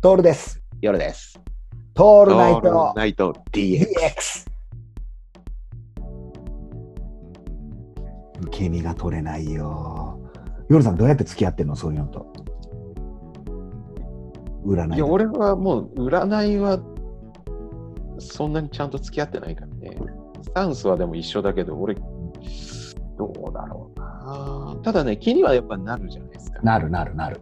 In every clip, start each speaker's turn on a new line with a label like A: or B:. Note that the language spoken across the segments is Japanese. A: トールです。
B: 夜です。
A: ト
B: オ
A: ールナイト
B: ナイト DX。
A: DX。受け身が取れないよ。夜さん、どうやって付き合ってんのそういうのと。占い。
B: いや、俺はもう占いはそんなにちゃんと付き合ってないからね。スタンスはでも一緒だけど、俺、どうだろうな。ただね、気にはやっぱなるじゃないですか。
A: なるなるなる。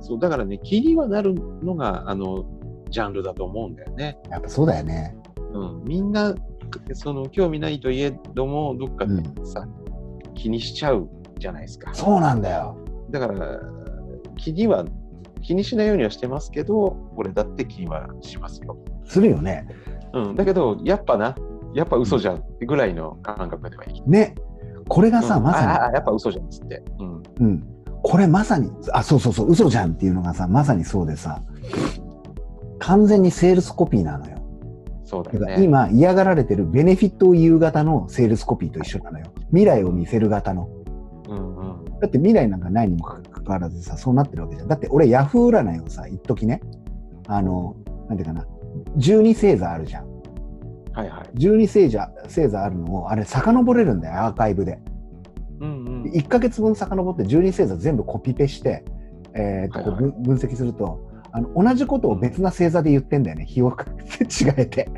B: そうだからね、気にはなるのが、あの、ジャンルだと思うんだよね。
A: やっぱそうだよね。
B: うん、みんな、その、興味ないといえども、どっか
A: う
B: で
A: ん。
B: さ、気にしちゃうじゃないですか。
A: そうなんだよ。
B: だから気には気にしないようにはしてますけど俺だって気にはしますよ、
A: するよね。
B: うん、だけどやっぱなやっぱ嘘じゃんってぐらいの感覚ではいい、
A: ね。これがさ、
B: うん
A: ま
B: あ
A: さ
B: あやっぱ嘘じゃんっつって、うん、
A: に、うん。これまさに、あ、そうそうそう、嘘じゃんっていうのがさ、まさにそうでさ、完全にセールスコピーなのよ。
B: そうだ
A: だ
B: よ
A: から
B: ね
A: 今嫌がられてるベネフィットを言う型のセールスコピーと一緒なのよ。未来を見せる型の。
B: うんうん
A: だって未来なんかないにもかかわらずさ、そうなってるわけじゃん。だって俺ヤフー占いをさ、一時ね、あの、なんていうかな、12星座あるじゃん。
B: はいはい
A: 12星座星座あるのを、あれ遡れるんだよ、アーカイブで。
B: うんうん
A: 1ヶ月分遡って12星座全部コピペして、えーっとこう
B: はいは
A: 分分析すると、あの同じことを別な星座で言ってんだよね、日を違えて。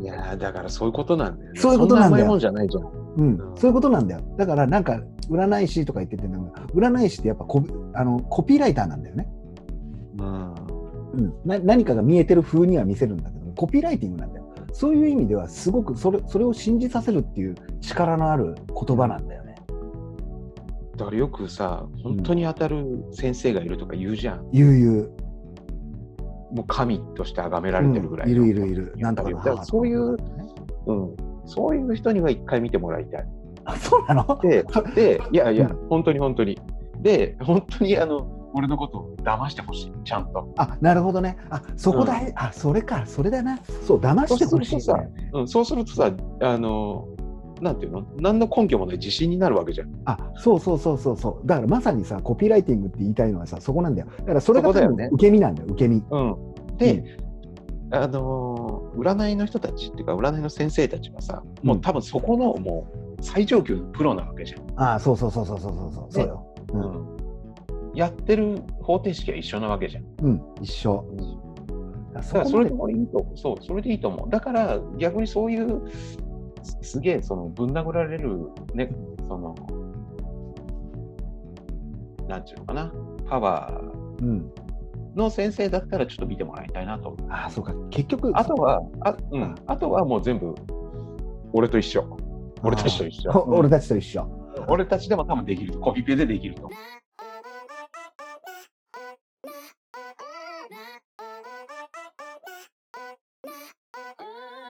B: いやーだからそういうことなんだよね
A: そういうことなんだよ
B: そんな甘いもんじゃないじゃん
A: うん
B: う、ん
A: そういうことなんだよ。だからなんか占い師とか言っててなんか占い師ってやっぱコピあのコピーライターなんだよね、
B: うん
A: うんな。何かが見えてる風には見せるんだけどコピーライティングなんだよ。そういう意味ではすごくそれそれを信じさせるっていう力のある言葉なんだよね。
B: だからよくさ本当に当たる先生がいるとか言うじゃん、
A: 悠々。
B: もう神として崇められてるぐらい
A: うん
B: の、
A: いるいるいる。なんとかの
B: だからそういう、うん、そういう人には一回見てもらいたい
A: あそうなの
B: で、で、いやいや
A: う、
B: 本当に本当に。で、本当にあの、俺のことを騙してほしい、ちゃんと。
A: あなるほどね。あそこだ、あそれか、それだな。そう、騙してほしいんだよね、
B: うん、そうするとさ、あの、なんていうの何の根拠もない自信になるわけじゃん。
A: あそうそうそうそうそうだからまさにさコピーライティングって言いたいのはさそこなんだよだからそれが多
B: そこだよ
A: 分
B: ね
A: 受け身なんだよ受け身
B: うん。で、あのー、占いの人たちっていうか、占いの先生たちはさ、もう多分そこのもう最上級のプロなわけじゃん。
A: ああそうそうそうそうそうそうそうそうようん
B: うん。やってる方程式は一緒なわけじゃん。
A: うん一緒だ
B: だからそれで
A: こ
B: もいいと思う。そう、それでいいと思う。だから逆にそういうすすげえそのぶん殴られるね、そのなんていうのかな、パワー
A: までうん
B: の先生だったらちょっと見てもらいたいなと思う。
A: ああそうか結局
B: あとは、あ,、うん、あとはもう全部俺と一緒。俺たちと一
A: ああ
B: 緒。
A: お俺たちと一緒
B: 俺たちでも多分できる。コピペでできると思う。